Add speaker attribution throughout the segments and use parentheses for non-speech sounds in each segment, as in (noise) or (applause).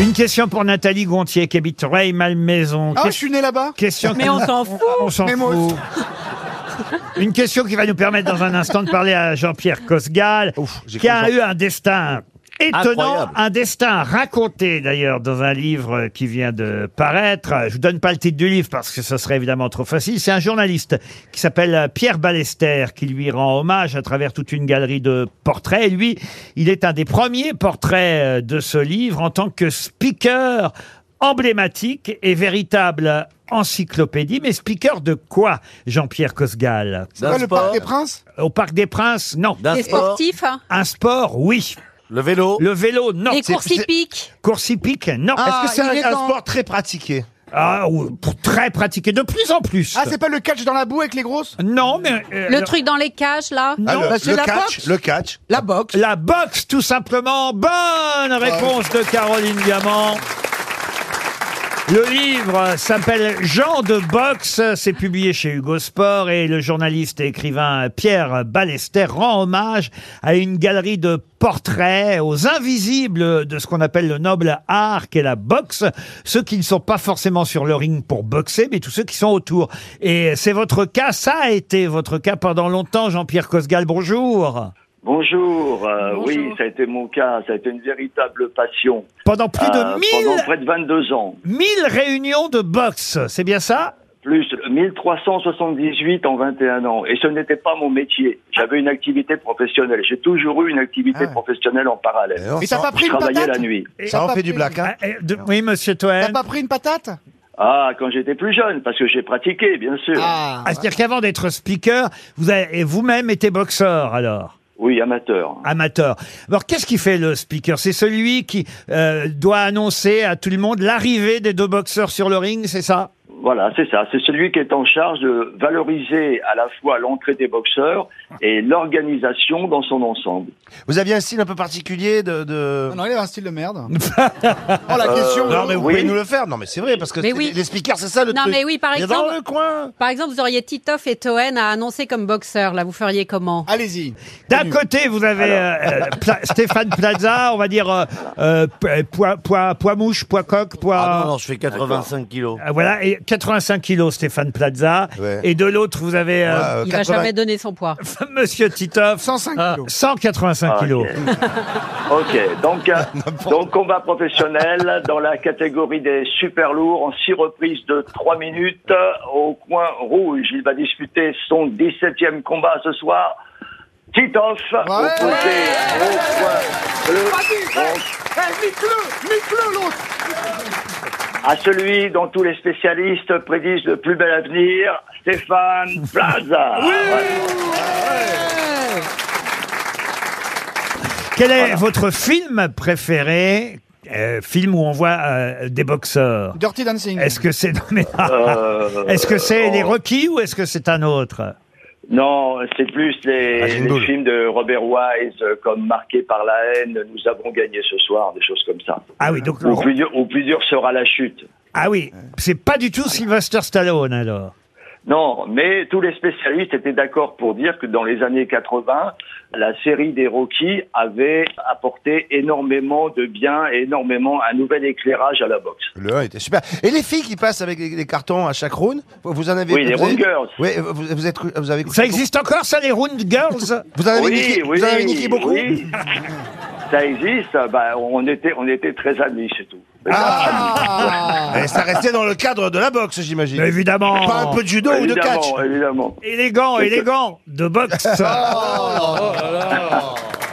Speaker 1: Une question pour Nathalie Gontier qui habite Rueil-Malmaison.
Speaker 2: Ah,
Speaker 1: Que-
Speaker 2: je suis né là-bas
Speaker 1: Question
Speaker 3: Oh, Mais on s'en fout.
Speaker 1: On s'en
Speaker 2: Mais moi
Speaker 1: fout. Une question qui va nous permettre dans un instant de parler à Jean-Pierre Cosgal,
Speaker 4: Ouf, j'ai
Speaker 1: qui a
Speaker 4: cru
Speaker 1: eu un destin étonnant,
Speaker 4: Incroyable.
Speaker 1: un destin raconté d'ailleurs dans un livre qui vient de paraître. Je vous donne pas le titre du livre parce que ce serait évidemment trop facile. C'est un journaliste qui s'appelle Pierre Ballester qui lui rend hommage à travers toute une galerie de portraits. Et lui, il est un des premiers portraits euh, de ce livre en tant que speaker emblématique et véritable encyclopédie. Mais speaker de quoi, Jean-Pierre Cosgal
Speaker 4: D'un
Speaker 2: Ouais, Le Parc
Speaker 4: sport,
Speaker 2: des Princes
Speaker 1: Au Parc des Princes, non.
Speaker 4: d'un
Speaker 3: Des
Speaker 4: sport,
Speaker 3: sportifs, hein.
Speaker 1: Un sport, oui.
Speaker 4: le vélo,
Speaker 1: Le vélo, non.
Speaker 3: des
Speaker 1: C'est-
Speaker 3: courses hippiques. Ah,
Speaker 1: Course hippique, non.
Speaker 2: Est-ce que c'est un- un sport
Speaker 5: très pratiqué.
Speaker 1: Ah, ou- pour très pratiquer de plus en plus.
Speaker 2: Ah, c'est pas le catch dans la boue avec les grosses
Speaker 1: non, mais euh,
Speaker 3: Le
Speaker 1: non.
Speaker 3: truc dans les cages, là.
Speaker 5: Ah,
Speaker 1: Non.
Speaker 5: le,
Speaker 2: bah, c'est
Speaker 5: le
Speaker 2: la
Speaker 5: catch,
Speaker 2: boxe.
Speaker 5: le catch.
Speaker 2: La boxe.
Speaker 1: la boxe tout simplement. Bonne réponse de Caroline Diamant. Le livre s'appelle Jean de boxe, c'est publié chez Hugo Sport et le journaliste et écrivain Pierre Ballester rend hommage à une galerie de portraits aux invisibles de ce qu'on appelle le noble art qu'est la boxe, ceux qui ne sont pas forcément sur le ring pour boxer mais tous ceux qui sont autour. Et c'est votre cas, ça a été votre cas pendant longtemps Jean-Pierre Cosgal, bonjour.
Speaker 6: Bonjour, euh,
Speaker 3: Bonjour.
Speaker 6: oui, ça a été mon cas, ça a été une véritable passion.
Speaker 1: Pendant plus
Speaker 6: Euh,
Speaker 1: de 1000
Speaker 6: Pendant près de 22 ans,
Speaker 1: 1000 réunions de boxe, c'est bien ça
Speaker 6: plus 1378 en 21 ans. Et ce n'était pas mon métier, j'avais une activité professionnelle, j'ai toujours eu une activité professionnelle en parallèle.
Speaker 5: Et on
Speaker 2: Mais t'as
Speaker 5: sent-
Speaker 2: pas pris
Speaker 6: Je
Speaker 2: une
Speaker 6: travaillais
Speaker 2: patate
Speaker 6: la nuit.
Speaker 5: Ça
Speaker 2: T'as
Speaker 5: en
Speaker 2: pas
Speaker 5: fait du
Speaker 2: pris-
Speaker 5: black. hein.
Speaker 1: Ah, eh, de- Oui, monsieur Toen.
Speaker 2: T'as pas pris une patate
Speaker 6: Ah, quand j'étais plus jeune, parce que j'ai pratiqué, bien sûr.
Speaker 2: Ah.
Speaker 1: Ah, C'est-à-dire qu'avant d'être speaker, vous avez et vous-même été boxeur alors
Speaker 6: Oui, amateur.
Speaker 1: amateur. Alors qu'est-ce qui fait le speaker C'est celui qui euh, doit annoncer à tout le monde l'arrivée des deux boxeurs sur le ring, c'est ça
Speaker 6: Voilà, c'est ça. C'est celui qui est en charge de valoriser à la fois l'entrée des boxeurs et l'organisation dans son ensemble.
Speaker 5: Vous aviez un style un peu particulier de. de-
Speaker 2: Non, non, il avait un style de merde. oh, la
Speaker 6: Euh,
Speaker 2: question.
Speaker 5: Non mais vous
Speaker 6: Oui.
Speaker 5: pouvez nous le faire. Non mais c'est vrai parce que
Speaker 3: Mais
Speaker 5: c'est-
Speaker 3: oui.
Speaker 5: les speakers c'est ça le
Speaker 3: Non,
Speaker 5: truc.
Speaker 3: mais oui, par
Speaker 5: Il est dans
Speaker 3: exemple-
Speaker 5: le coin.
Speaker 3: Par exemple, vous auriez Titoff et Toen à annoncer comme boxeurs. Là, vous feriez comment
Speaker 2: Allez-y.
Speaker 1: D'un côté, vous avez euh, euh, Pla- Stéphane Plaza, on va dire euh, euh, p- poids, poids, poids mouche, poids coq, poids...
Speaker 4: ah non, non, je fais 85 kilos.
Speaker 1: Ah, Voilà, et 85 kilos Stéphane Plaza.
Speaker 5: Ouais.
Speaker 1: Et de l'autre, vous avez euh,
Speaker 5: Ouais, euh,
Speaker 3: Il va
Speaker 5: 80
Speaker 3: jamais donner son poids.
Speaker 1: Monsieur Titoff,
Speaker 2: 105
Speaker 1: Ah,
Speaker 2: kilos.
Speaker 1: 185
Speaker 6: Ah,
Speaker 1: kilos.
Speaker 6: Ok, donc, euh, donc combat professionnel dans la catégorie des super lourds en six reprises de trois minutes euh, au coin rouge. Il va disputer son 17e combat ce soir. Titoff, opposé au coin bleu, donc,
Speaker 2: Eh, nique-le Nique-le, l'autre
Speaker 6: à celui dont tous les spécialistes prédisent le plus bel avenir, Stéphane Plaza. Ouais.
Speaker 1: Quel est votre film préféré Euh, Film où on voit euh, des boxeurs.
Speaker 2: Dirty Dancing.
Speaker 1: Est-ce que c'est non, mais-
Speaker 6: Euh,
Speaker 1: (laughs) est-ce que c'est
Speaker 6: oh,
Speaker 1: les Rocky ou est-ce que c'est un autre
Speaker 6: Non, c'est plus les,
Speaker 5: Raging
Speaker 6: les
Speaker 5: Bull.
Speaker 6: films de Robert Wise, euh, comme Marqué par la haine, Nous avons gagné ce soir, des choses comme ça.
Speaker 1: Ah oui, donc
Speaker 6: Au plus dur, au plus dur sera la chute.
Speaker 1: ah oui, c'est pas du tout Sylvester Stallone alors.
Speaker 6: Non, mais tous les spécialistes étaient d'accord pour dire que dans les années 80, la série des Rocky avait apporté énormément de bien, et énormément un nouvel éclairage à la boxe.
Speaker 5: Le 1 était super. Et les filles qui passent avec les, les cartons à chaque round, vous en avez.
Speaker 6: Oui, les
Speaker 5: vous avez-
Speaker 6: Round Girls.
Speaker 5: Oui, vous, vous êtes, vous avez.
Speaker 1: Ça existe encore ça les Round
Speaker 5: (laughs)
Speaker 1: Girls
Speaker 5: Vous en avez
Speaker 6: oui,
Speaker 5: niqué,
Speaker 6: oui,
Speaker 5: vous en avez niqué beaucoup. (laughs)
Speaker 6: oui. Ça existe. Bah, on était, on était très amis, c'est tout.
Speaker 2: Ah
Speaker 5: Et ça restait dans le cadre de la boxe, j'imagine.
Speaker 1: Évidemment.
Speaker 5: Pas un peu de judo ou de catch.
Speaker 6: évidemment, évidemment.
Speaker 1: Élégant, élégant, de
Speaker 5: (laughs)
Speaker 1: boxe.
Speaker 5: Oh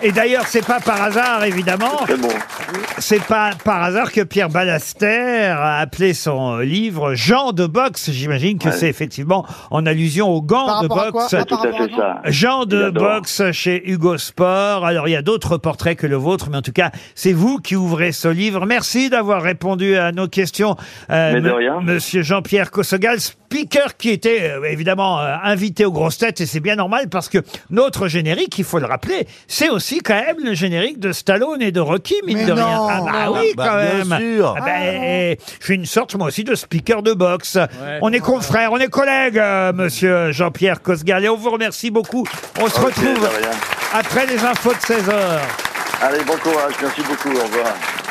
Speaker 1: Et d'ailleurs, c'est pas par hasard, évidemment,
Speaker 6: C'est bon.
Speaker 1: C'est pas par hasard que Pierre Ballaster a appelé son euh, livre Jean de boxe. J'imagine que
Speaker 6: Ouais.
Speaker 1: c'est effectivement en allusion au gant
Speaker 2: Par
Speaker 1: de
Speaker 2: rapport à quoi
Speaker 1: boxe.
Speaker 2: Ah,
Speaker 6: Tout
Speaker 2: par
Speaker 6: à
Speaker 2: rapport à
Speaker 6: fait
Speaker 2: quand
Speaker 6: ça.
Speaker 1: Jean
Speaker 6: Il
Speaker 1: de
Speaker 6: adore.
Speaker 1: boxe chez Hugo Sport. Alors il y a d'autres portraits que le vôtre, mais en tout cas c'est vous qui ouvrez ce livre. Merci d'avoir répondu à nos questions, euh,
Speaker 6: Mais de
Speaker 1: me-
Speaker 6: rien.
Speaker 1: Monsieur Jean-Pierre Kossogal, speaker qui était euh, évidemment euh, invité aux grosses têtes et c'est bien normal parce que notre générique, il faut le rappeler, c'est aussi quand même le générique de Stallone et de Rocky, mine
Speaker 2: Mais
Speaker 1: de rien.
Speaker 2: non.
Speaker 1: Ah bah
Speaker 2: Non.
Speaker 1: oui
Speaker 4: Bah,
Speaker 1: quand
Speaker 4: bien
Speaker 1: même.
Speaker 4: sûr.
Speaker 1: Ah bah, eh, je suis une sorte, moi aussi, de speaker de boxe. On est confrères, on est collègues, euh, monsieur Jean-Pierre Cosgal. Et on vous remercie beaucoup. On se
Speaker 6: Ok,
Speaker 1: retrouve
Speaker 6: de rien.
Speaker 1: après les infos de 16h.
Speaker 6: Allez, bon courage. Merci beaucoup. Au revoir.